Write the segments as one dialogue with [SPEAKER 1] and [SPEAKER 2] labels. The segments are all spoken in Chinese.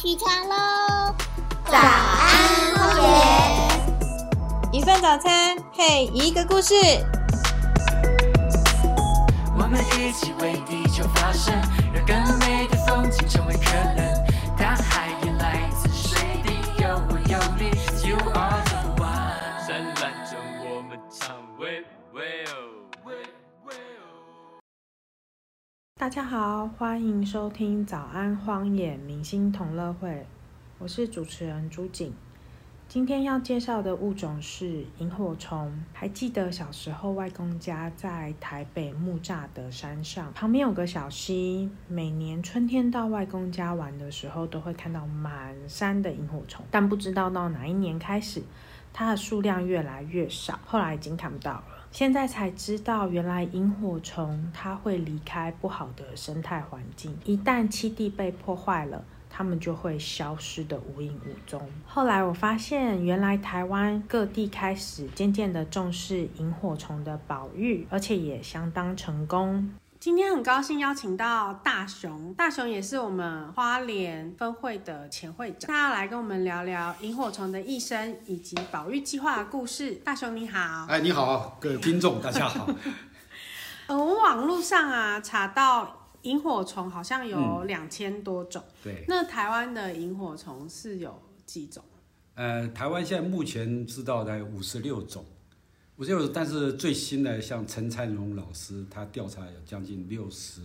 [SPEAKER 1] 起床喽！
[SPEAKER 2] 早安，荒野。
[SPEAKER 3] 一份早餐配一个故事。
[SPEAKER 4] 我们一起为地球发声，让更美的风景成为可能。大海也来自水滴，有我有你，You are the one。灿烂着我们唱，喂喂哦，喂喂哦。
[SPEAKER 3] 大家好，欢迎收听《早安荒野明星同乐会》，我是主持人朱景。今天要介绍的物种是萤火虫。还记得小时候外公家在台北木栅的山上，旁边有个小溪。每年春天到外公家玩的时候，都会看到满山的萤火虫，但不知道到哪一年开始，它的数量越来越少，后来已经看不到了。现在才知道，原来萤火虫它会离开不好的生态环境，一旦栖地被破坏了。它们就会消失的无影无踪。后来我发现，原来台湾各地开始渐渐的重视萤火虫的保育，而且也相当成功。今天很高兴邀请到大雄，大雄也是我们花莲分会的前会长，他要来跟我们聊聊萤火虫的一生以及保育计划的故事。大雄你好，
[SPEAKER 5] 哎，你好，各位听众，大家好。
[SPEAKER 3] 呃，我网络上啊查到萤火虫好像有
[SPEAKER 5] 嗯
[SPEAKER 3] 两千多种。
[SPEAKER 5] 对，
[SPEAKER 3] 那台湾的萤火虫是有几种？
[SPEAKER 5] 呃，台湾现在目前知道的五十六种，五十六种，但是最新的像陈灿荣老师，他调查有将近六十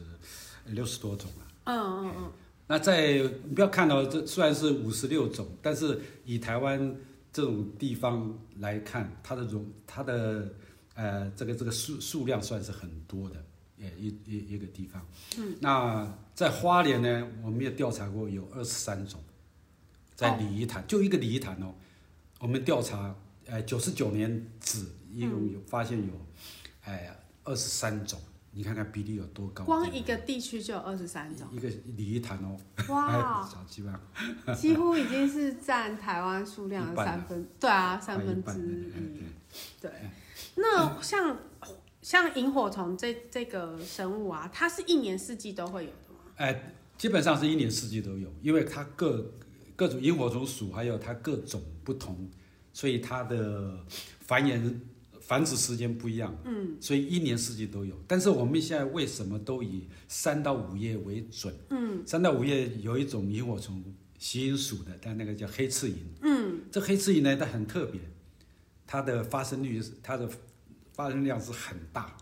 [SPEAKER 5] 六十多种了、
[SPEAKER 3] 嗯嗯嗯，
[SPEAKER 5] 那在你不要看到这虽然是五十六种，但是以台湾这种地方来看，它的容它的呃这个这个数数量算是很多的，也一一一个地方。嗯，那在花莲呢，我们也调查过有二十三种，在鲤鱼潭、就一个鲤鱼潭哦，我们调查呃九十九年只一共
[SPEAKER 3] 嗯
[SPEAKER 5] 有发现有哎二十三种，你看看比例有多高？
[SPEAKER 3] 光一个地区就有二十三 种，
[SPEAKER 5] 一个鲤鱼潭哦，
[SPEAKER 3] 哇，
[SPEAKER 5] 小鸡吧。
[SPEAKER 3] 几乎已经是占台湾数量
[SPEAKER 5] 哎
[SPEAKER 3] 的
[SPEAKER 5] 一半啊
[SPEAKER 3] 三分，对啊，
[SPEAKER 5] 快
[SPEAKER 3] 三分之
[SPEAKER 5] 一半了
[SPEAKER 3] 一。对，
[SPEAKER 5] 嗯
[SPEAKER 3] 那像像萤火虫这这个生物啊，它是一年四季都会有的吗？
[SPEAKER 5] 哎、基本上是一年四季都有，因为它各各种萤火虫属还有它各种不同，所以它的繁衍繁殖时间不一样，嗯，所以一年四季都有。但是我们现在为什么都以三到五月为准？嗯，三到五月有一种萤火虫吸引属的，但那个叫黑刺萤，嗯，这黑刺萤呢，它很特别，它的发生率是它的发生量是很大，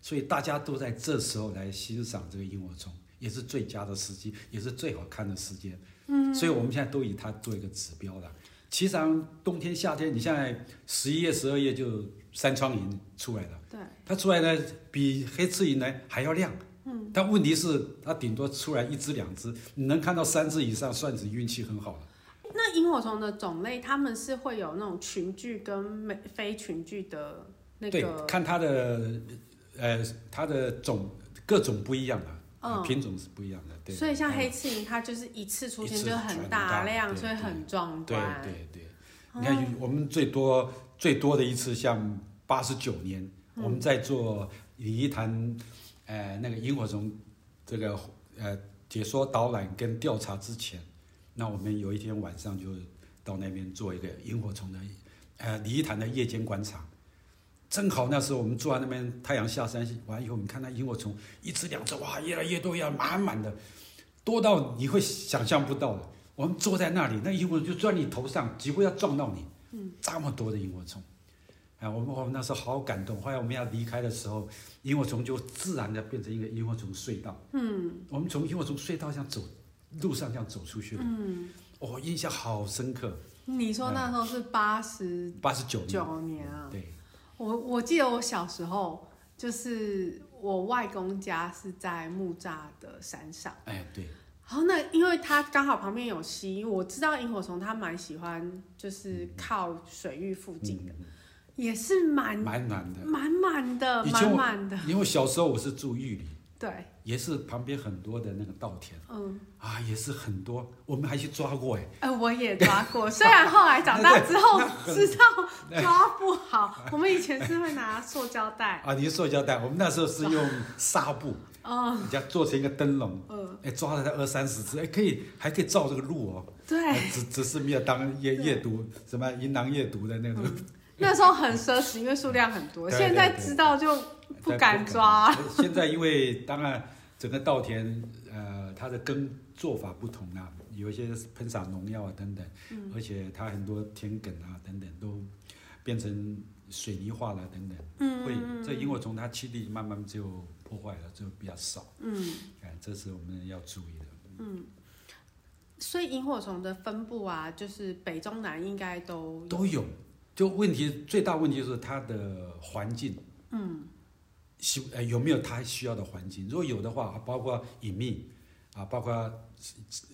[SPEAKER 5] 所以大家都在这时候来欣赏这个萤火虫，也是最佳的时机，也是最好看的时间。嗯，所以我们现在都以它做一个指标了。其实上冬天、夏天，你现在十一月、十二月就山窗萤出来了，
[SPEAKER 3] 对，
[SPEAKER 5] 它出来呢比黑刺萤呢还要亮。嗯，但问题是它顶多出来一只两只，你能看到三只以上，算是运气很好了。
[SPEAKER 3] 那萤火虫的种类，它们是会有那种群聚跟没非群聚的那
[SPEAKER 5] 对，
[SPEAKER 3] 个，
[SPEAKER 5] 看它的呃它的种各种不一样啊，
[SPEAKER 3] 嗯
[SPEAKER 5] 品种是不一样的。对，
[SPEAKER 3] 所以像
[SPEAKER 5] 嗯
[SPEAKER 3] 黑刺萤，它就是一次出现
[SPEAKER 5] 一次
[SPEAKER 3] 就很大量，
[SPEAKER 5] 很大
[SPEAKER 3] 所以很壮
[SPEAKER 5] 对
[SPEAKER 3] 观。
[SPEAKER 5] 对对，你看我们最多最多的一次，像八十九年，我们在做鲤鱼潭，呃，那个萤火虫这个呃解说导览跟调查之前，那我们有一天晚上就到那边做一个萤火虫的呃鲤鱼潭的夜间观察。正好那时候我们坐在那边，太阳下山完以后，你看那萤火虫一只两只，哇，越来越多，越来满满的，多到你会想象不到的。我们坐在那里，那萤火虫就撞你头上，几乎要撞到你。嗯，这么多的萤火虫，哎，我们我们那时候好感动。后来我们要离开的时候，萤火虫就自然的变成一个萤火虫隧道。嗯，我们从萤火虫隧道上走，路上这样走出去了。嗯，哦，印象好深刻。
[SPEAKER 3] 你说那时候是八十
[SPEAKER 5] 八十九年，
[SPEAKER 3] 九年啊？
[SPEAKER 5] 对，
[SPEAKER 3] 我我记得我小时候，就是我外公家是在木栅的山上，
[SPEAKER 5] 哎对，
[SPEAKER 3] 然后那因为他刚好旁边有溪，我知道萤火虫它蛮喜欢，就是
[SPEAKER 5] 嗯
[SPEAKER 3] 靠水域附近的，也是蛮
[SPEAKER 5] 蛮难的。
[SPEAKER 3] 满满的，
[SPEAKER 5] 以前
[SPEAKER 3] 满
[SPEAKER 5] 我
[SPEAKER 3] 满的，
[SPEAKER 5] 因为小时候我是住玉里，
[SPEAKER 3] 对，
[SPEAKER 5] 也是旁边很多的那个稻田
[SPEAKER 3] 嗯，
[SPEAKER 5] 啊，也是很多，我们还去抓过哎。
[SPEAKER 3] 呃，我也抓 过，虽然后来长大之后知道抓不好，我们以前是会拿塑胶袋，
[SPEAKER 5] 啊，你是塑胶袋，我们那时候是用纱布，
[SPEAKER 3] 哦，
[SPEAKER 5] 人家做成一个灯笼，
[SPEAKER 3] 嗯，
[SPEAKER 5] 哎，抓了它二三十只，哎，可以还可以照这个路哦，
[SPEAKER 3] 对，
[SPEAKER 5] 只只是没有当夜
[SPEAKER 3] 哎 对嗯
[SPEAKER 5] 夜读什么银囊夜读的那种，
[SPEAKER 3] 那时候很奢侈，因为数量很多。
[SPEAKER 5] 对
[SPEAKER 3] 现在
[SPEAKER 5] 对对
[SPEAKER 3] 知道就不敢抓。。
[SPEAKER 5] 现在因为当然整个稻田呃它的耕做法不同啊，有一些是喷洒农药啊等等，
[SPEAKER 3] 嗯
[SPEAKER 5] 而且它很多田埂啊等等都变成水泥化了等等，
[SPEAKER 3] 嗯
[SPEAKER 5] 会这萤火虫它栖地慢慢就破坏了，就比较少。
[SPEAKER 3] 嗯
[SPEAKER 5] 哎，这是我们要注意的。
[SPEAKER 3] 嗯，所以萤火虫的分布啊，就是北中南应该都有。
[SPEAKER 5] 都有。就问题最大问题就是它的环境，嗯，需呃有没有它需要的环境？如果有的话，包括隐秘啊，包括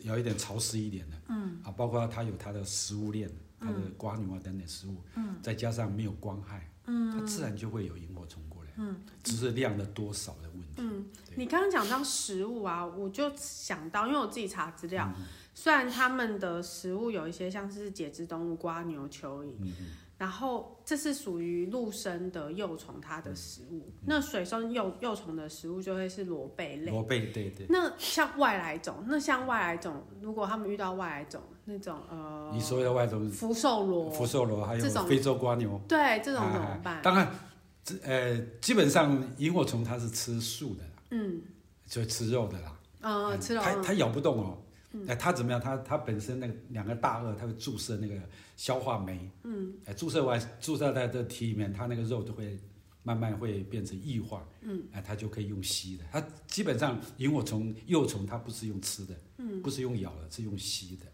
[SPEAKER 5] 有一点潮湿一点的，嗯，啊，包括它有它的食物链，它的瓜牛啊等等食物，嗯，再加上没有光害，嗯，它自然就会有萤火虫过来，嗯，只是量的多少的问题，
[SPEAKER 3] 嗯，
[SPEAKER 5] 对
[SPEAKER 3] 你刚刚讲到食物啊，我就想到，因为我自己查资料，
[SPEAKER 5] 嗯
[SPEAKER 3] 虽然他们的食物有一些像是节肢动物、瓜牛、蚯蚓，
[SPEAKER 5] 嗯
[SPEAKER 3] 然后这是属于陆生的幼虫它的食
[SPEAKER 5] 嗯
[SPEAKER 3] 物，那水生幼幼虫的食物就会是螺贝类。
[SPEAKER 5] 螺贝对对，
[SPEAKER 3] 那像外来种，那像外来种，如果他们遇到外来种那种呃，
[SPEAKER 5] 你所有的外头
[SPEAKER 3] 福寿螺，
[SPEAKER 5] 福寿螺还
[SPEAKER 3] 这
[SPEAKER 5] 有
[SPEAKER 3] 种
[SPEAKER 5] 非洲瓜牛，
[SPEAKER 3] 对这种
[SPEAKER 5] 啊
[SPEAKER 3] 怎么办？
[SPEAKER 5] 当然，这呃，基本上萤火虫它是吃素的啦，
[SPEAKER 3] 嗯，
[SPEAKER 5] 就吃肉的啦。
[SPEAKER 3] 呃，
[SPEAKER 5] 嗯
[SPEAKER 3] 吃了
[SPEAKER 5] 它
[SPEAKER 3] 嗯
[SPEAKER 5] 它咬不动哦。哎、它怎么样？它它本身那个两个大颚，它会注射那个消化酶。嗯。哎、注射完，注射在这体里面，它那个肉就会慢慢会变成异化。嗯。哎、它就可以用吸的。它基本上萤火虫、幼虫，它不是用吃的，嗯，不是用咬的，是用吸的。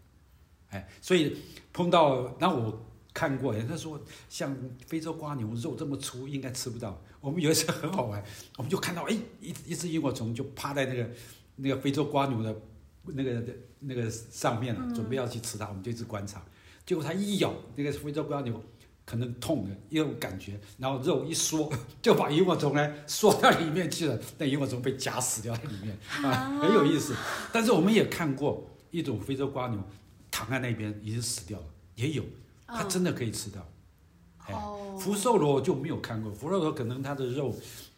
[SPEAKER 5] 哎，所以碰到那我看过，人家说像非洲瓜牛肉这么粗，应该吃不到。我们有一次很好玩，我们就看到哎一一只萤火虫就趴在那个那个非洲瓜牛的那个那个上面了，准备要去吃它，我们就一直观察。结果它一咬那个非洲瓜牛，可能痛的一种感觉，然后肉一缩， 就把萤火虫呢缩到里面去了，那萤火虫被夹死掉在里面啊，很有意思。但是我们也看过一种非洲瓜牛躺在那边已经死掉了，也有，它真的可以吃到。哎
[SPEAKER 3] 哦，
[SPEAKER 5] 福寿螺我就没有看过，福寿螺可能它的肉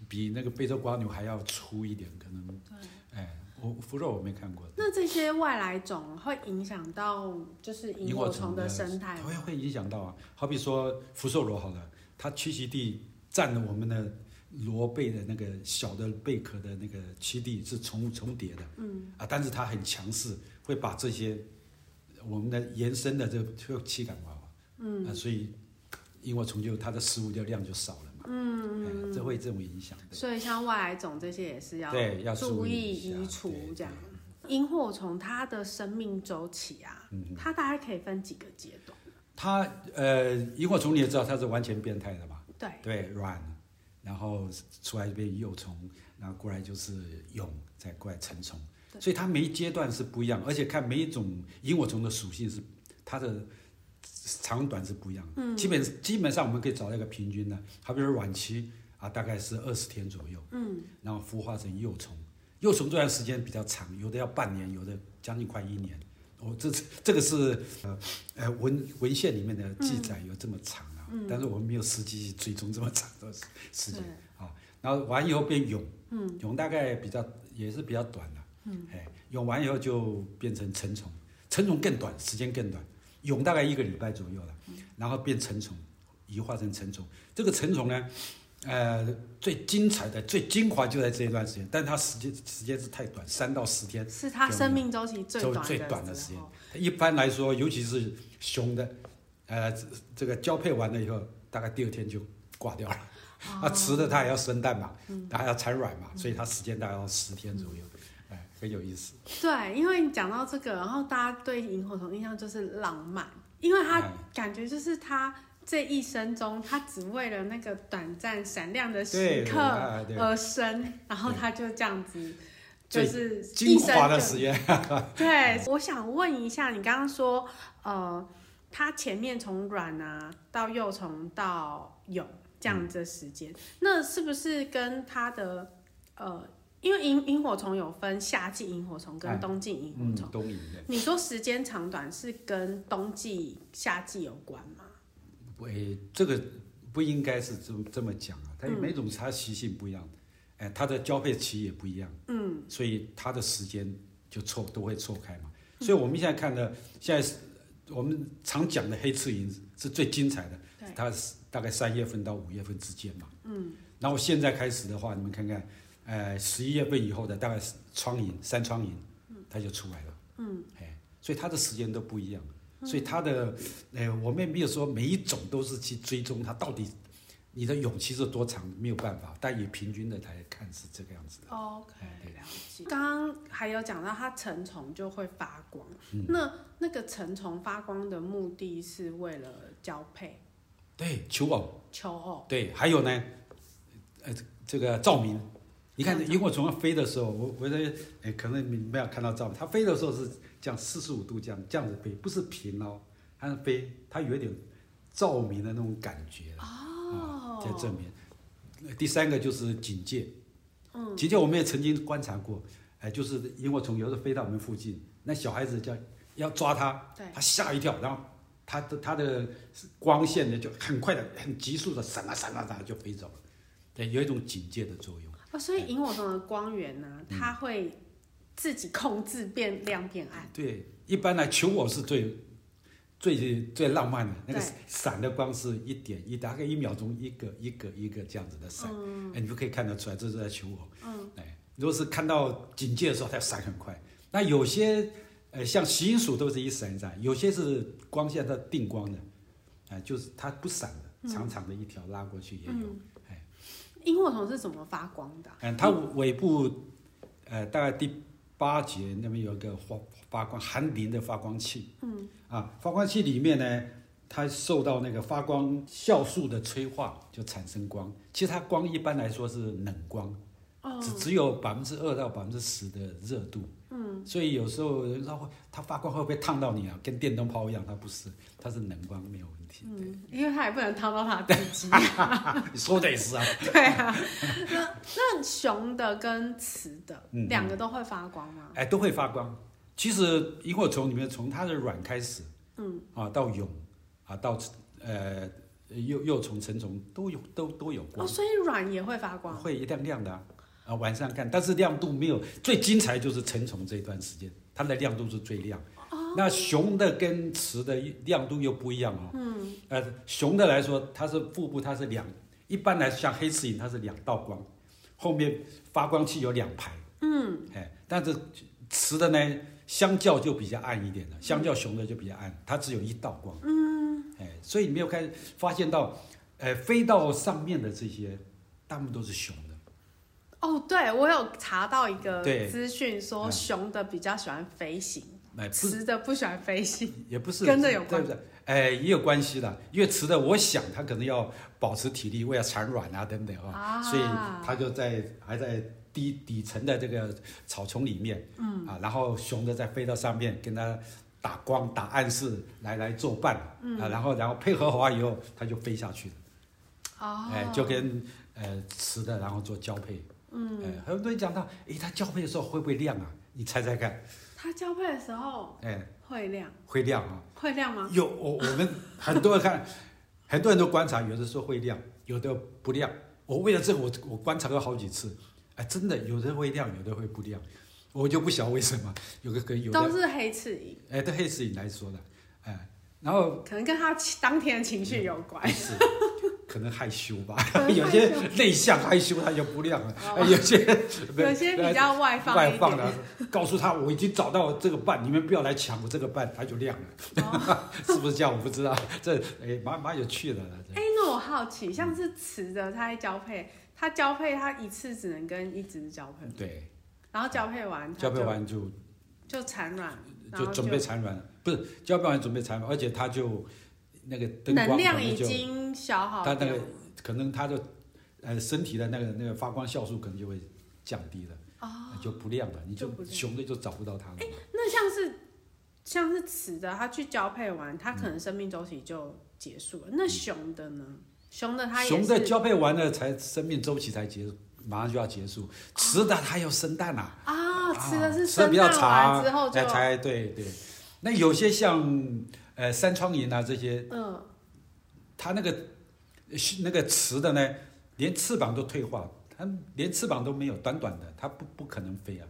[SPEAKER 5] 比那个非洲瓜牛还要粗一点，可能，
[SPEAKER 3] 对。
[SPEAKER 5] 哎，我福寿我没看过。
[SPEAKER 3] 那这些外来种会影响到就是萤火虫的生态
[SPEAKER 5] 它
[SPEAKER 3] 吗
[SPEAKER 5] 会会影响到啊。好比说福寿螺好了，它栖息地占了我们的螺贝的那个小的贝壳的那个栖地是重重叠的，嗯啊，但是它很强势，会把这些我们的延伸的这个这个栖感娃娃，嗯啊，所以萤火虫就它的食物的量就少了嘛，嗯，这会这种影响的，
[SPEAKER 3] 所以像外来种这些也是要
[SPEAKER 5] 对，要
[SPEAKER 3] 注
[SPEAKER 5] 意
[SPEAKER 3] 意
[SPEAKER 5] 一下
[SPEAKER 3] 移除
[SPEAKER 5] 对
[SPEAKER 3] 这样
[SPEAKER 5] 对。嗯
[SPEAKER 3] 萤火虫它的生命周期啊，它大概可以分几个阶段？
[SPEAKER 5] 它呃，萤火虫你也知道它是完全变态的嘛，
[SPEAKER 3] 对，
[SPEAKER 5] 对，卵，然后出来就变幼虫，然后过来就是蛹，再过来成虫，
[SPEAKER 3] 对
[SPEAKER 5] 所以它每一阶段是不一样，而且看每一种萤火虫的属性是它的长短是不一样的。嗯，基本基本上我们可以找到一个平均的，好比如卵期啊，大概是二十天左右，嗯，然后孵化成幼虫，幼虫这段时间比较长，有的要半年，有的将近快一年。哦，这这个是呃呃文文献里面的记载有这么长啊，但是我们没有实际追踪这么长的时时间啊。然后完以后变蛹，嗯，蛹大概比较也是比较短的、嗯，哎，蛹完以后就变成成虫，成虫更短，时间更短，蛹大概一个礼拜左右了，然后变成虫，移化成成虫。这个成虫呢，呃，最精彩的、最精华就在这一段时间，但它时间时间是太短，三到十天。
[SPEAKER 3] 是它生命周期最
[SPEAKER 5] 周
[SPEAKER 3] 短
[SPEAKER 5] 最短的
[SPEAKER 3] 时
[SPEAKER 5] 时间
[SPEAKER 3] 候。
[SPEAKER 5] 一般来说，尤其是雄的，呃，这这个交配完了以后，大概第二天就挂掉了。
[SPEAKER 3] 哦
[SPEAKER 5] 啊，雌的它也要生蛋嘛，
[SPEAKER 3] 嗯
[SPEAKER 5] 它还要产卵嘛，所以它时间大概要十天左右，
[SPEAKER 3] 嗯
[SPEAKER 5] 哎，很有意思。
[SPEAKER 3] 对，因为你讲到这个，然后大家对萤火虫印象就是浪漫，因为它
[SPEAKER 5] 哎
[SPEAKER 3] 感觉就是它这一生中，它只为了那个短暂闪亮的呃时
[SPEAKER 5] 对
[SPEAKER 3] 刻呃
[SPEAKER 5] 哎对
[SPEAKER 3] 而生，然后它就这样子，就
[SPEAKER 5] 最
[SPEAKER 3] 是一
[SPEAKER 5] 精
[SPEAKER 3] 生
[SPEAKER 5] 华的
[SPEAKER 3] 就
[SPEAKER 5] 时间，
[SPEAKER 3] 对，我想问一下，你刚刚说，呃，它前面从卵啊到幼虫到蛹这样子的时间，那是不是跟它的呃，因为萤萤火虫有分夏季萤火虫
[SPEAKER 5] 哎
[SPEAKER 3] 跟冬季萤
[SPEAKER 5] 嗯
[SPEAKER 3] 火虫，，
[SPEAKER 5] 东瀛的，
[SPEAKER 3] 你说时间长短是跟冬季、夏季有关吗？嗯
[SPEAKER 5] 不，哎这个不应该是这么这么讲啊，它每种它习性不一样，呃，它的交配期也不一样，
[SPEAKER 3] 嗯，
[SPEAKER 5] 所以它的时间就错都会错开嘛。所以我们现在看的，现在是我们常讲的黑翅银是最精彩的，
[SPEAKER 3] 对，
[SPEAKER 5] 它是大概三月份到五月份之间嘛。
[SPEAKER 3] 嗯，
[SPEAKER 5] 然后现在开始的话，你们看看，呃，十一月份以后的大概是窗银、三窗银，它就出来了。
[SPEAKER 3] 嗯，
[SPEAKER 5] 哎，所以它的时间都不一样，所以它的，呃，我们也没有说每一种都是去追踪它到底，你的泳期是多长，没有办法，但以平均的来看是这个样子的。
[SPEAKER 3] OK，
[SPEAKER 5] 哎对
[SPEAKER 3] 了解。刚刚还有讲到它成虫就会发光，
[SPEAKER 5] 嗯
[SPEAKER 3] 那那个成虫发光的目的是为了交配、
[SPEAKER 5] 对，求偶，
[SPEAKER 3] 求偶。
[SPEAKER 5] 对，还有呢，呃，这个照明，你看
[SPEAKER 3] 照明
[SPEAKER 5] 萤火虫要飞的时候，我我在，哎，可能你没有看到照明，它飞的时候是这样四十五度这样这样子飞，不是平哦，它是飞，它有一点照明的那种感觉了。
[SPEAKER 3] 哦，
[SPEAKER 5] 在证明。呃第三个就是警戒，
[SPEAKER 3] 嗯
[SPEAKER 5] 警戒我们也曾经观察过，哎，就是萤火虫有时候飞到我们附近，那小孩子叫要抓它，
[SPEAKER 3] 对
[SPEAKER 5] 它吓一跳，然后它的它的光线呢就很快的、很急速的闪啊闪啊闪啊就飞走了，对，有一种警戒的作用。
[SPEAKER 3] 哦，所以萤火虫的光源呢、
[SPEAKER 5] 嗯
[SPEAKER 3] 它会自己控制变亮变暗。
[SPEAKER 5] 对，一般来求偶是最最最浪漫的，那个
[SPEAKER 3] 对
[SPEAKER 5] 闪的光是一点一，大概一秒钟一个一个一个这样子的闪，哎，你就可以看得出来这是在求偶。
[SPEAKER 3] 嗯，
[SPEAKER 5] 哎，如果是看到警戒的时候，它闪很快。那有些呃，像习蝇鼠都是一闪一闪，有些是光线它定光的，哎，就是它不闪的，长长的一条拉过去也有。
[SPEAKER 3] 嗯
[SPEAKER 5] 哎，
[SPEAKER 3] 萤火虫是怎么发光的啊、
[SPEAKER 5] 嗯，它尾部，呃，大概第八节那边有一个发发光含磷的发光器。
[SPEAKER 3] 嗯。
[SPEAKER 5] 啊，发光器里面呢，它受到那个发光酵素的催化，就产生光。其实它光一般来说是冷光，
[SPEAKER 3] 哦，
[SPEAKER 5] 只只有百分之二到百分之十的热度。
[SPEAKER 3] 嗯，
[SPEAKER 5] 所以有时候人家会它发光会不会烫到你啊？跟电灯泡一样，它不是，它是冷光，没有问题。
[SPEAKER 3] 嗯，因为它也不能烫到它自 己。
[SPEAKER 5] 你 说的也是啊，
[SPEAKER 3] 对啊，那那雄的跟雌的
[SPEAKER 5] 嗯
[SPEAKER 3] 两个都会发光吗？
[SPEAKER 5] 哎，都会发光。其实萤火虫里面，从它的卵开始，
[SPEAKER 3] 嗯，
[SPEAKER 5] 啊，到蛹，啊，到呃幼幼虫、成虫都有都都有光
[SPEAKER 3] 哦，，所以卵也会发光。
[SPEAKER 5] 会一亮亮的啊。啊，晚上看，但是亮度没有最精彩就是成虫这一段时间，它的亮度是最亮。
[SPEAKER 3] 哦
[SPEAKER 5] 那雄的跟雌的亮度又不一样哦。
[SPEAKER 3] 嗯，
[SPEAKER 5] 呃，雄的来说，它是腹部它是两，一般来说像黑翅影它是两道光，后面发光器有两排。
[SPEAKER 3] 嗯，
[SPEAKER 5] 哎，但是雌的呢，相较就比较暗一点了，相较雄的就比较暗，它只有一道光。嗯，哎，所以你没有看发现到，呃，飞到上面的这些，大部分都是雄的，
[SPEAKER 3] 哦，对，我有查到一个
[SPEAKER 5] 对
[SPEAKER 3] 资讯说，
[SPEAKER 5] 嗯
[SPEAKER 3] 雄的比较喜欢飞行，
[SPEAKER 5] 哎，不是
[SPEAKER 3] 雌的不喜欢飞行。
[SPEAKER 5] 也不是
[SPEAKER 3] 跟这有关
[SPEAKER 5] 对不对？哎，也有关系的，因为雌的，我想它可能要保持体力，为了产卵啊等等啊，
[SPEAKER 3] 啊
[SPEAKER 5] 所以它就在还在低底层的这个草丛里面，嗯啊，然后雄的再飞到上面跟它打光打暗示来来作伴，嗯啊，然后然后配合好啊以后，它就飞下去了，
[SPEAKER 3] 哦，
[SPEAKER 5] 哎，就跟呃雌的然后做交配，嗯，哎，很多人讲到，哎，它交配的时候会不会亮啊？你猜猜看，
[SPEAKER 3] 它交配的时候
[SPEAKER 5] 哎，
[SPEAKER 3] 会亮，
[SPEAKER 5] 会亮啊。
[SPEAKER 3] 会亮吗？
[SPEAKER 5] 有我我们很多人看， 很多人都观察，有的说会亮，有的不亮。我为了这个，我我观察过好几次，哎，真的有的会亮，有的会不亮，我就不晓得为什么。有个可有
[SPEAKER 3] 都
[SPEAKER 5] 的，
[SPEAKER 3] 是黑刺蝇，
[SPEAKER 5] 哎，对黑石影来说的，哎，然后哎
[SPEAKER 3] 可能跟它当天的情绪有关。
[SPEAKER 5] 是 可能害羞吧，
[SPEAKER 3] 可能害羞
[SPEAKER 5] 有些内向害羞他就不亮了，
[SPEAKER 3] 哦
[SPEAKER 5] 哎有些
[SPEAKER 3] 有些比较外放
[SPEAKER 5] 外
[SPEAKER 3] 一
[SPEAKER 5] 放
[SPEAKER 3] 点，
[SPEAKER 5] 的，告诉他我已经找到这个伴，你们不要来抢我这个伴，他就亮了，哦 是不是这样？我不知道，这哎蛮蛮有趣的了。这
[SPEAKER 3] 哎，那我好奇，像是雌的，它在交配，它交配它一次只能跟一只交配，
[SPEAKER 5] 对，
[SPEAKER 3] 然后交配完它
[SPEAKER 5] 交配
[SPEAKER 3] 就
[SPEAKER 5] 完就
[SPEAKER 3] 就产卵，然
[SPEAKER 5] 就
[SPEAKER 3] 后
[SPEAKER 5] 准备产卵了，不是交配完准备产卵，而且他就那个灯光
[SPEAKER 3] 能
[SPEAKER 5] 可
[SPEAKER 3] 量
[SPEAKER 5] 能
[SPEAKER 3] 已
[SPEAKER 5] 就
[SPEAKER 3] 经消耗
[SPEAKER 5] 它
[SPEAKER 3] 掉
[SPEAKER 5] 那个
[SPEAKER 3] 了。
[SPEAKER 5] 可能他就呃身体的那个那个发光酵素可能就会降低了，
[SPEAKER 3] 哦，
[SPEAKER 5] 就不亮哦了，你就
[SPEAKER 3] 就不亮
[SPEAKER 5] 雄的就找不到它了。
[SPEAKER 3] 那像是像是雌的，它去交配完，它可能生命周期就结束了。那雄的呢？雄的它也
[SPEAKER 5] 雄
[SPEAKER 3] 是
[SPEAKER 5] 的交配完了才生命周期才结束，马上就要结束，雌的它要生蛋啊。
[SPEAKER 3] 啊，雌的是
[SPEAKER 5] 吃的
[SPEAKER 3] 生
[SPEAKER 5] 比较
[SPEAKER 3] 蛋完
[SPEAKER 5] 长，
[SPEAKER 3] 之后就
[SPEAKER 5] 哎才对对。那有些像呃三窗银啊这些，
[SPEAKER 3] 嗯
[SPEAKER 5] 它那个那个雌的呢，连翅膀都退化，它连翅膀都没有，短短的，它不不可能飞啊。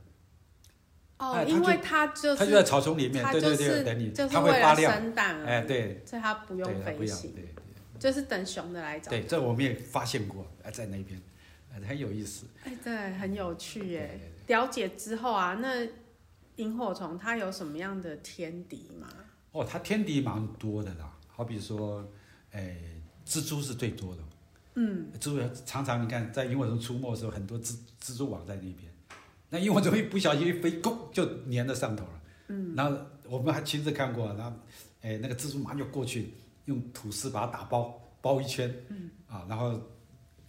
[SPEAKER 3] 哦，
[SPEAKER 5] 哎它就
[SPEAKER 3] 因为它就是
[SPEAKER 5] 它就在草丛里面，
[SPEAKER 3] 它
[SPEAKER 5] 对
[SPEAKER 3] 就
[SPEAKER 5] 对
[SPEAKER 3] 是
[SPEAKER 5] 对，等你，
[SPEAKER 3] 就是
[SPEAKER 5] 它会
[SPEAKER 3] 为
[SPEAKER 5] 发
[SPEAKER 3] 了
[SPEAKER 5] 亮。
[SPEAKER 3] 生蛋而已
[SPEAKER 5] 哎，，对，
[SPEAKER 3] 所以它不
[SPEAKER 5] 对，
[SPEAKER 3] 用
[SPEAKER 5] 它不
[SPEAKER 3] 飞
[SPEAKER 5] 一样，
[SPEAKER 3] 行，
[SPEAKER 5] 对
[SPEAKER 3] 就是等熊的来找。
[SPEAKER 5] 对，这我们也发现过，哎，在那边，哎，很有意思。
[SPEAKER 3] 哎，对，很有趣
[SPEAKER 5] 对
[SPEAKER 3] 耶。
[SPEAKER 5] 对
[SPEAKER 3] 了解之后啊，那萤火虫它有什么样的天敌吗？
[SPEAKER 5] 哦，它天敌蛮多的啦，好比说，哎，蜘蛛是最多的。嗯，蜘蛛常常你看在萤火虫出没的时候，很多蜘蜘蛛网在那边，那萤火虫一不小心一飞，咕就粘到上头了。嗯，然后我们还亲自看过，然后，哎，那个蜘蛛马上就过去，用吐司把它打包包一圈，嗯，啊，然后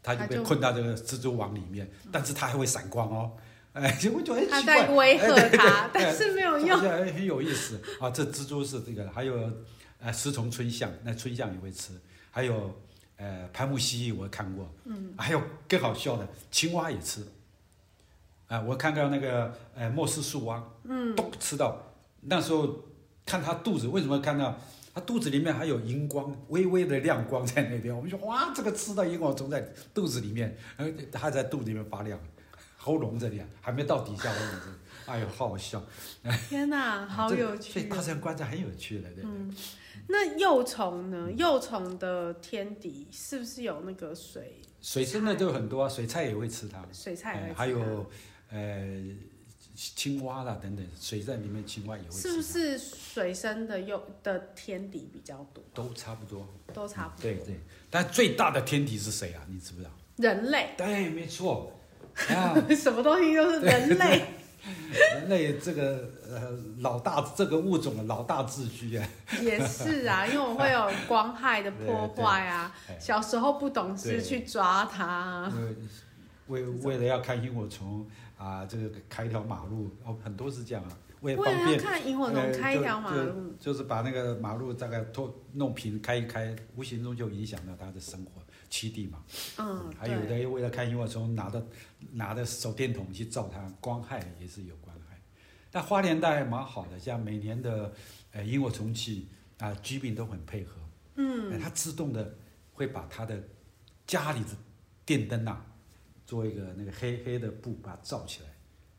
[SPEAKER 5] 它就
[SPEAKER 3] 它
[SPEAKER 5] 被
[SPEAKER 3] 就嗯
[SPEAKER 5] 困到这个蜘蛛网里面，但是它还会闪光哦，哎， 就我觉得很
[SPEAKER 3] 它
[SPEAKER 5] 奇怪
[SPEAKER 3] 在，威吓
[SPEAKER 5] 哎对对
[SPEAKER 3] 它
[SPEAKER 5] 对，
[SPEAKER 3] 但是没有用。
[SPEAKER 5] 这好像很有意思啊！这蜘蛛是这个，还有呃食虫春象，那春象也会吃，还有呃攀木蜥蜴我看过，嗯，还有更好笑的青蛙也吃，啊、我看到那个呃莫氏树蛙，嗯，都吃到，那时候看它肚子为什么看到？它肚子里面还有荧光，微微的亮光在那边。我们说哇，这个吃到萤火虫在肚子里面，然后它在肚子里面发亮， 喉咙这里啊还没到底下，喉咙这里，哎呦，好好笑。
[SPEAKER 3] 天哪，好
[SPEAKER 5] 这
[SPEAKER 3] 有
[SPEAKER 5] 所以
[SPEAKER 3] 趣嗯
[SPEAKER 5] 大
[SPEAKER 3] 哦！
[SPEAKER 5] 自然观察很有趣的，对不对？
[SPEAKER 3] 那幼虫呢？幼虫的天敌是不是有那个水
[SPEAKER 5] 水生的就很多啊，水菜也会吃它，
[SPEAKER 3] 水菜也会
[SPEAKER 5] 哎
[SPEAKER 3] 吃它？
[SPEAKER 5] 还有呃青蛙啦等等，水在里面青蛙也会吃它，
[SPEAKER 3] 是不是水生的幼的天敌比较多？
[SPEAKER 5] 都差不多？
[SPEAKER 3] 都差不多。
[SPEAKER 5] 对对，但最大的天敌是谁啊？你知不知道？
[SPEAKER 3] 人类
[SPEAKER 5] 对，没错， 啊，
[SPEAKER 3] 什么东西都是人类，
[SPEAKER 5] 人类这个呃老大这个物种的老大自居啊，
[SPEAKER 3] 也是啊，因为我会有光害的破坏啊
[SPEAKER 5] 对对。哎
[SPEAKER 3] 小时候不懂事
[SPEAKER 5] 对
[SPEAKER 3] 去抓它啊，
[SPEAKER 5] 为为了要看萤火虫啊，这个开一条马路，哦，很多是这样啊，为了
[SPEAKER 3] 为
[SPEAKER 5] 方
[SPEAKER 3] 了要
[SPEAKER 5] 便
[SPEAKER 3] 看萤火
[SPEAKER 5] 呃
[SPEAKER 3] 虫开一
[SPEAKER 5] 就
[SPEAKER 3] 条马
[SPEAKER 5] 就
[SPEAKER 3] 路，
[SPEAKER 5] 就是把那个马路大概拖弄平开一开，无形中就影响到他的生活栖地嘛。
[SPEAKER 3] 嗯，
[SPEAKER 5] 还有的
[SPEAKER 3] 对，
[SPEAKER 5] 又为了看萤火虫，拿着拿着手电筒去照它，光害也是有关害。但花莲倒还蛮好的，像每年的呃萤火虫季啊，居民都很配合，嗯、它自动的会把它的家里的电灯啊，做一个那个黑黑的布把它罩起来，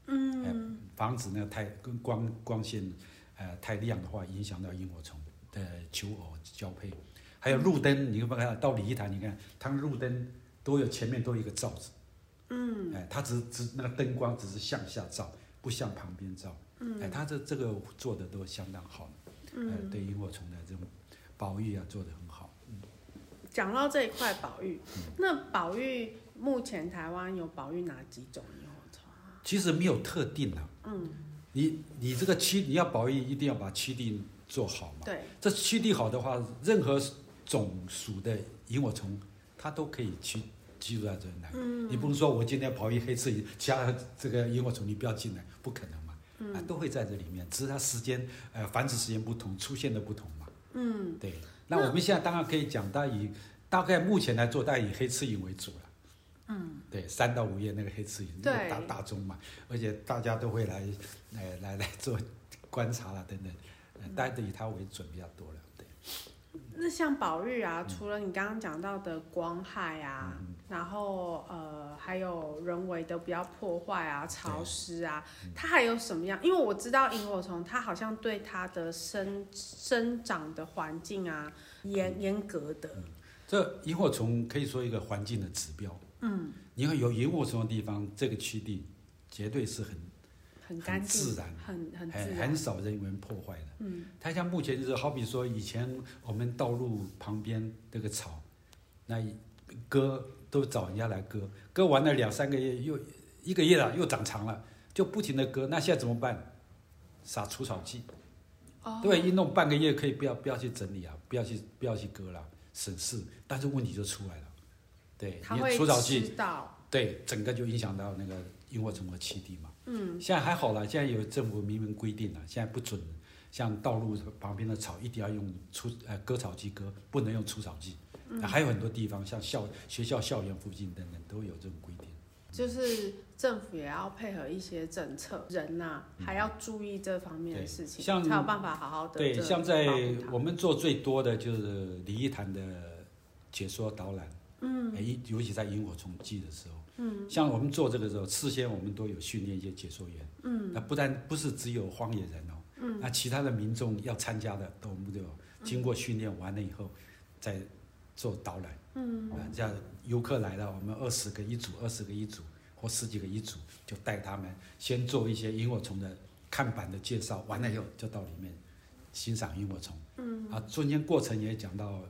[SPEAKER 5] 嗯，防止那个太跟光光线呃太亮的话，影响到萤火虫的呃求偶交配。还有路灯，你会不会看到到礼仪堂？你看，它路灯都有前面都有一个罩子，嗯，哎，它只只那个灯光只是向下照，不向旁边照，嗯，哎，它这这个做的都相当好，嗯、哎，对萤火虫的这种保育啊做得很好。
[SPEAKER 3] 讲到这一块保育，
[SPEAKER 5] 嗯
[SPEAKER 3] 那保育目前台湾有保育哪几种萤火虫？
[SPEAKER 5] 其实没有特定的、嗯，你你这个栖你要保育，一定要把栖地做好嘛，
[SPEAKER 3] 对，
[SPEAKER 5] 这栖地好的话，任何种属的萤火虫，它都可以去居住在这里来。你不能说我今天跑一黑刺蚁，其他这个萤火虫你不要进来，不可能嘛。啊，都会在这里面，只是它时间呃繁殖时间不同，出现的不同嘛。嗯，对。那我们现在当然可以讲，它以大概目前来做，大概以黑刺蚁为主了。嗯，对，三到五页那个黑刺蚁，那个
[SPEAKER 3] 对
[SPEAKER 5] 大大宗嘛，而且大家都会来，来来来做观察啦等等，呃大家都以它为准比较多了。对，
[SPEAKER 3] 那像保育啊，
[SPEAKER 5] 嗯
[SPEAKER 3] 除了你刚刚讲到的光害啊，然后呃还有人为的不要破坏啊、潮湿啊，
[SPEAKER 5] 嗯
[SPEAKER 3] 它还有什么样？因为我知道萤火虫它好像对它的生生长的环境啊
[SPEAKER 5] 嗯
[SPEAKER 3] 严严格的，
[SPEAKER 5] 这萤火虫可以说一个环境的指标。嗯，你看有萤火虫的地方，这个区地绝对是很
[SPEAKER 3] 很干
[SPEAKER 5] 很
[SPEAKER 3] 净
[SPEAKER 5] 自然，
[SPEAKER 3] 很很自
[SPEAKER 5] 很
[SPEAKER 3] 然
[SPEAKER 5] 很。少人为破坏的。嗯，它像目前就是好比说以前我们道路旁边这个草，那一割都找人家来割，割完了两三个月又一个月了又长长了，就不停的割。那现在怎么办？撒除草剂。
[SPEAKER 3] 哦
[SPEAKER 5] 对，一弄半个月可以不要不要去整理啊，不要去不要去割了，省事。但是问题就出来了，对，
[SPEAKER 3] 它
[SPEAKER 5] 你
[SPEAKER 3] 会
[SPEAKER 5] 除草剂
[SPEAKER 3] 知道，
[SPEAKER 5] 对，整个就影响到那个萤火虫的栖地嘛。嗯，现在还好了，现在有政府明文规定了，现在不准像道路旁边的草一定要用除呃割草机割，不能用除草剂。嗯、还有很多地方像校学校校园附近等等都有这种规定。
[SPEAKER 3] 就是政府也要配合一些政策，人呐、还要注意这方面的
[SPEAKER 5] 嗯对
[SPEAKER 3] 事情，
[SPEAKER 5] 像
[SPEAKER 3] 才有办法好好的
[SPEAKER 5] 对，像在我
[SPEAKER 3] 们
[SPEAKER 5] 们做最多的哎就是李一谈的解说导览，嗯，尤其在萤火虫季的时候，嗯，像我们做这个时候，事先我们都有训练一些解说员，嗯，那不但不是只有荒野人哦，嗯，那其他的民众要参加的，都我们都有经过训练完了以后，再做导览，嗯，啊，这样游客来了，我们二十个一组，二十个一组或十几个一组，就带他们先做一些萤火虫的看板的介绍，完了以后就到里面欣赏萤火虫，嗯，啊，中间过程也讲到，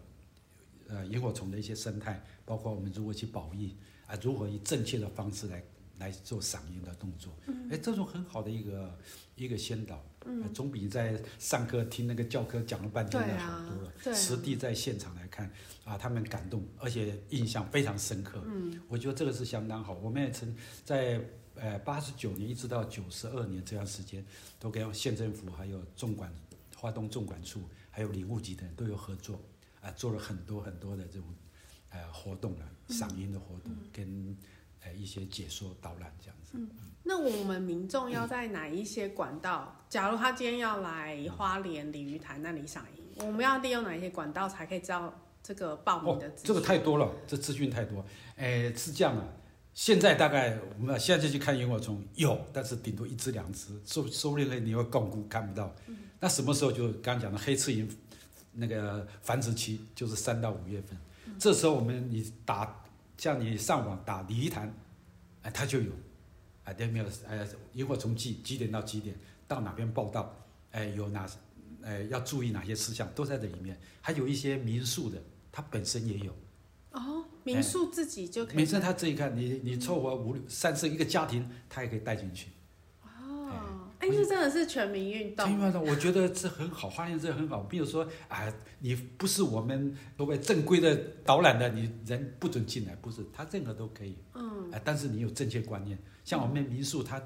[SPEAKER 5] 呃，萤火虫的一些生态，包括我们如何去保育。啊，如何以正确的方式来来做赏樱的动作？
[SPEAKER 3] 嗯
[SPEAKER 5] 哎，这种很好的一个一个先导，啊总比在上课听那个教科讲了半天
[SPEAKER 3] 对
[SPEAKER 5] 的
[SPEAKER 3] 啊
[SPEAKER 5] 好多了。
[SPEAKER 3] 对啊
[SPEAKER 5] 实地在现场来看，啊，他们感动，而且印象非常深刻。嗯，我觉得这个是相当好。我们也曾在呃八十九年一直到九十二年这段时间，都跟县政府还有纵管花东纵管处还有林务局等都有合作，啊，做了很多很多的这种呃活动了，赏樱的活动、跟呃一些解说导览这样子。
[SPEAKER 3] 那我们民众要在哪一些管道？假如他今天要来花莲鲤鱼潭那里赏樱，我们要利用哪一些管道才可以知道这个报名
[SPEAKER 5] 哦
[SPEAKER 3] 的资，讯？
[SPEAKER 5] 这个太多了，这资讯太多。哎，是这样啊，现在大概我们现在就去看萤火虫有，但是顶多一只两只，说说不定你会共估看不到。那什么时候就刚刚讲的黑翅萤那个繁殖期，就是三到五月份。这时候我们你打像你上网打鲤鱼潭，哎，它就有，哎，对没有？哎，萤火虫季几点到几点，到哪边报道？哎，有哪？哎，要注意哪些事项都在这里面，还有一些民宿的，它本身也有。
[SPEAKER 3] 哦，
[SPEAKER 5] 哎
[SPEAKER 3] 民宿自己就可
[SPEAKER 5] 每
[SPEAKER 3] 以
[SPEAKER 5] 次他自己看，你你凑合五六三四一个家庭，他也可以带进去。
[SPEAKER 3] 哦，哎，这真的是全民运
[SPEAKER 5] 另
[SPEAKER 3] 动，
[SPEAKER 5] 外呢，我觉得这很好，发现这很好。比如说啊、你不是我们所谓正规的导览的，你人不准进来，不是他任何都可以。
[SPEAKER 3] 嗯
[SPEAKER 5] 啊、但是你有正确观念，像我们民宿，他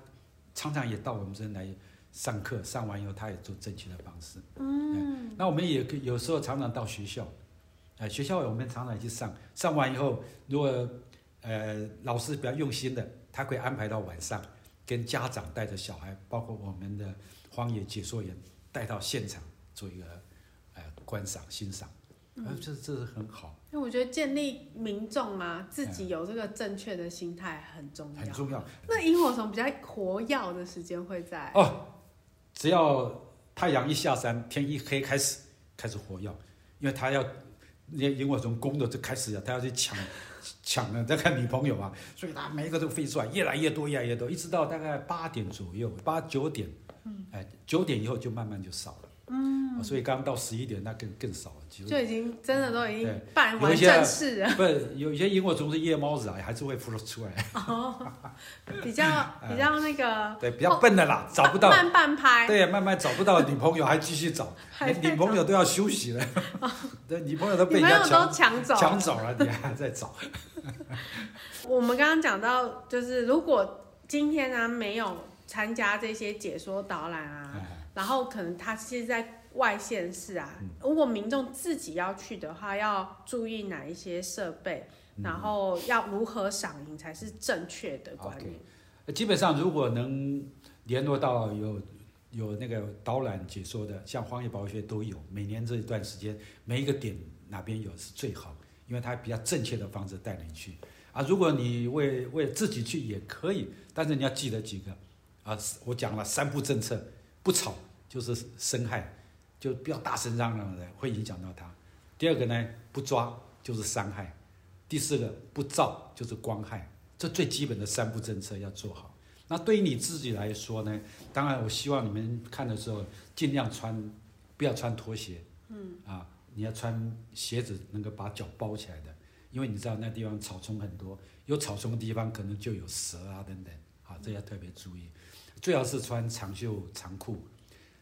[SPEAKER 5] 常常也到我们这来上课，上完以后他也做正确的方式。哎
[SPEAKER 3] 嗯，
[SPEAKER 5] 那我们也可以有时候常常到学校，呃，学校我们常常去上，上完以后，如果呃老师比较用心的，他会安排到晚上，跟家长带着小孩，包括我们的荒野解说员带到现场做一个呃观赏欣赏，呃，这这是很好，
[SPEAKER 3] 那我觉得建立民众啊自己有这个正确的心态很重
[SPEAKER 5] 哎很
[SPEAKER 3] 要。
[SPEAKER 5] 重要。
[SPEAKER 3] 那萤火虫比较活跃的时间会在
[SPEAKER 5] 哦，只要太阳一下山，天一黑开始开始火药，因为他要，因为萤火虫攻的就开始了，啊他要去抢 抢了这个女朋友啊，所以他每一个都飞出来，越来越多，越来越多，一直到大概八点左右，八九点，嗯，哎、九点以后就慢慢就少了，嗯，所以刚到十一点那更更少了，其
[SPEAKER 3] 就
[SPEAKER 5] 实
[SPEAKER 3] 已经真的都已
[SPEAKER 5] 对
[SPEAKER 3] 经办
[SPEAKER 5] 有
[SPEAKER 3] 完
[SPEAKER 5] 一些
[SPEAKER 3] 正事了，
[SPEAKER 5] 不有些萤火虫是夜猫子啊，还是会浮出来，
[SPEAKER 3] 比 较比较那个
[SPEAKER 5] 对，比较笨的啦，哎找不到。
[SPEAKER 3] 哦慢半拍，
[SPEAKER 5] 对，慢慢找不到女朋友，还继续 找，
[SPEAKER 3] 还在
[SPEAKER 5] 女
[SPEAKER 3] 找
[SPEAKER 5] 女朋友都要休息了， 对，女朋友都被
[SPEAKER 3] 女
[SPEAKER 5] 人
[SPEAKER 3] 朋
[SPEAKER 5] 家
[SPEAKER 3] 友都抢
[SPEAKER 5] 抢
[SPEAKER 3] 走了
[SPEAKER 5] 抢走了，你还在找？
[SPEAKER 3] 我们刚刚讲到，就是如果今天呢、没有参加这些解说导览啊，
[SPEAKER 5] 哎嗯
[SPEAKER 3] 然后可能他是在外县市啊，如果民众自己要去的话，要注意哪一些设备，
[SPEAKER 5] 嗯
[SPEAKER 3] 然后要如何赏萤才是正确的观念。
[SPEAKER 5] 基本上如果能联络到有有那个导览解说的，像荒野保护学都有，每年这一段时间每一个点哪边有是最好，因为它比较正确的方式带你去。啊，如果你为为自己去也可以，但是你要记得几个啊，我讲了三不政策，不吵就是生害，就不要大声嚷嚷的，会影响到他。第二个呢，不抓就是伤害；第四个，不照就是光害。这最基本的三不政策要做好。那对于你自己来说呢？当然，我希望你们看的时候尽量穿，不要穿拖鞋。嗯。啊，你要穿鞋子能够把脚包起来的，因为你知道那地方草丛很多，有草丛的地方可能就有蛇啊等等，啊，这要特别注意。最好是穿长袖长裤，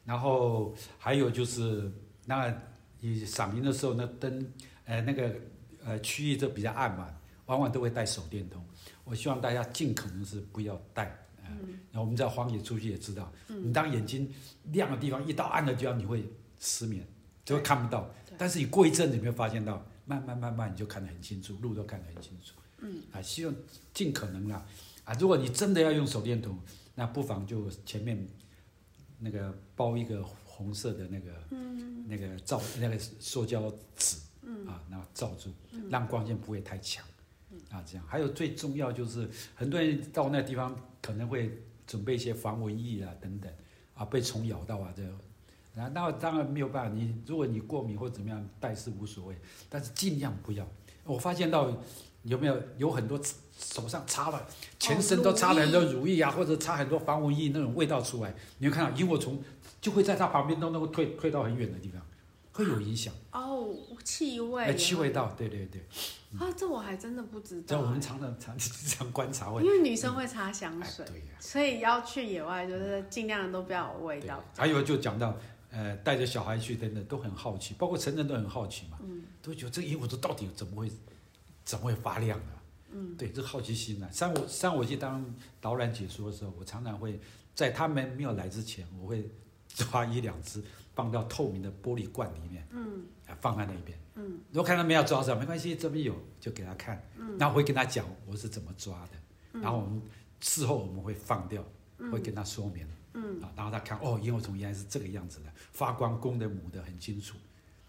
[SPEAKER 5] 然后还有就是，那你赏萤的时候，那灯，呃，那个呃区域都比较暗嘛，往往都会带手电筒。我希望大家尽可能是不要带。呃然后我们在荒野出去也知道，你当眼睛亮的地方一到暗的地方，你会失眠，就会看不到。但是你过一阵子，你会发现到，慢慢慢慢你就看得很清楚，路都看得很清楚。嗯，啊，希望尽可能啦。啊，如果你真的要用手电筒，那不妨就前面那个包一个红色的那个、那个罩那个塑胶纸，啊，然后罩住，让光线不会太强。啊，这样还有最重要就是很多人到那地方可能会准备一些防蚊液啊等等啊，被虫咬到啊这样。然后当然没有办法，你如果你过敏或怎么样，带是无所谓，但是尽量不要。我发现到有没有有很多手上擦了，全身都擦了很多乳液啊，或者擦很多防蚊液那种味道出来，你会看到萤火虫就会在它旁边都能够退退到很远的地方，会有影响。
[SPEAKER 3] 哦，气味
[SPEAKER 5] 哎，
[SPEAKER 3] 啊，
[SPEAKER 5] 气味道，对对对，
[SPEAKER 3] 啊，这我还真的不知
[SPEAKER 5] 在
[SPEAKER 3] 道
[SPEAKER 5] 我
[SPEAKER 3] 欸，
[SPEAKER 5] 们常常常 常观察会
[SPEAKER 3] 因，为女生会擦香
[SPEAKER 5] 哎，
[SPEAKER 3] 水，
[SPEAKER 5] 对呀、
[SPEAKER 3] 所以要去野外就是尽量都不要有味
[SPEAKER 5] 对
[SPEAKER 3] 道。
[SPEAKER 5] 还有就讲到，呃，带着小孩去等等，都很好奇，包括成人都很好奇嘛，都觉得这个萤火虫到底怎么会怎么会发亮啊？嗯，对，这好奇心呢、啊。像我像我去当导览解说的时候，我常常会在他们没有来之前，我会抓一两只放到透明的玻璃罐里面，嗯，啊，放在那边，嗯，如果看他们要抓什么，没关系，这边有就给他看，嗯，然后会跟他讲我是怎么抓的，然后我们事后我们会放掉，会跟他说明。啊，然后他看哦，萤火虫原来是这个样子的，发光，公的母的很清楚。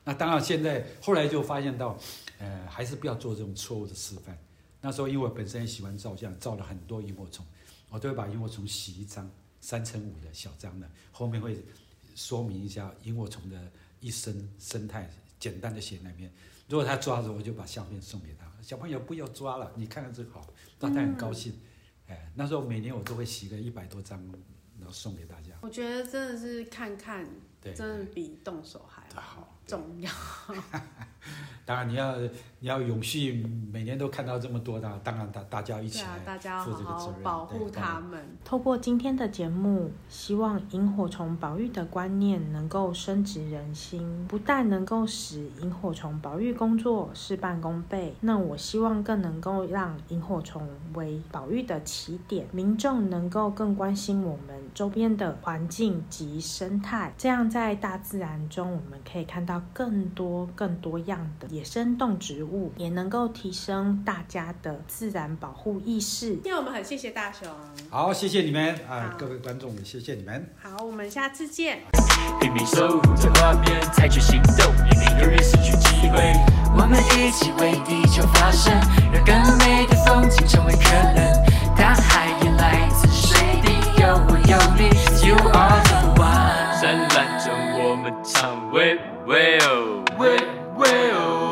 [SPEAKER 5] 那当然，现在后来就发现到，呃，还是不要做这种错误的示范。那时候因为我本身也喜欢照相，照了很多萤火虫，我都会把萤火虫洗一张三乘五的小张的，后面会说明一下萤火虫的一生生态，简单的写那边。如果他抓着，我就把相片送给他，小朋友不要抓了，你看看这个好，让他很高兴。哎，那时候每年我都会洗个一百多张，然后送给大家。
[SPEAKER 3] 我觉得真的是看看，
[SPEAKER 5] 对，
[SPEAKER 3] 真的比动手还
[SPEAKER 5] 对好。
[SPEAKER 3] 重要。
[SPEAKER 5] 当然，你要你要永续，每年都看到这么多的，当然大大家一
[SPEAKER 3] 对
[SPEAKER 5] 起
[SPEAKER 3] 啊，
[SPEAKER 5] 来。
[SPEAKER 3] 大家要
[SPEAKER 5] 负这个
[SPEAKER 3] 好
[SPEAKER 5] 责
[SPEAKER 3] 好
[SPEAKER 5] 任
[SPEAKER 3] 保
[SPEAKER 5] 对
[SPEAKER 3] 护
[SPEAKER 5] 当
[SPEAKER 3] 他
[SPEAKER 5] 然
[SPEAKER 3] 们。
[SPEAKER 6] 透过今天的节目，希望萤火虫保育的观念能够深植人心，不但能够使萤火虫保育工作事半功倍，那我希望更能够让萤火虫为保育的起点，民众能够更关心我们周边的环境及生态，这样在大自然中我们可以看到更多更多样的野生动植物，也能够提升大家的自然保护意识。
[SPEAKER 3] 今天我们很谢谢大雄，
[SPEAKER 5] 好，谢谢你们啊
[SPEAKER 3] 好，
[SPEAKER 5] 各位观众，也谢谢你们。
[SPEAKER 3] 好，我们下次见。
[SPEAKER 4] 拼命收入在画面，采取行动，也宁愿失去机会。我们一起为地球发声，让更美的风景成为可能。大海也来自水滴，有我有你，You are the one。
[SPEAKER 7] 灿烂着我们唱，喂喂哦，喂喂哦。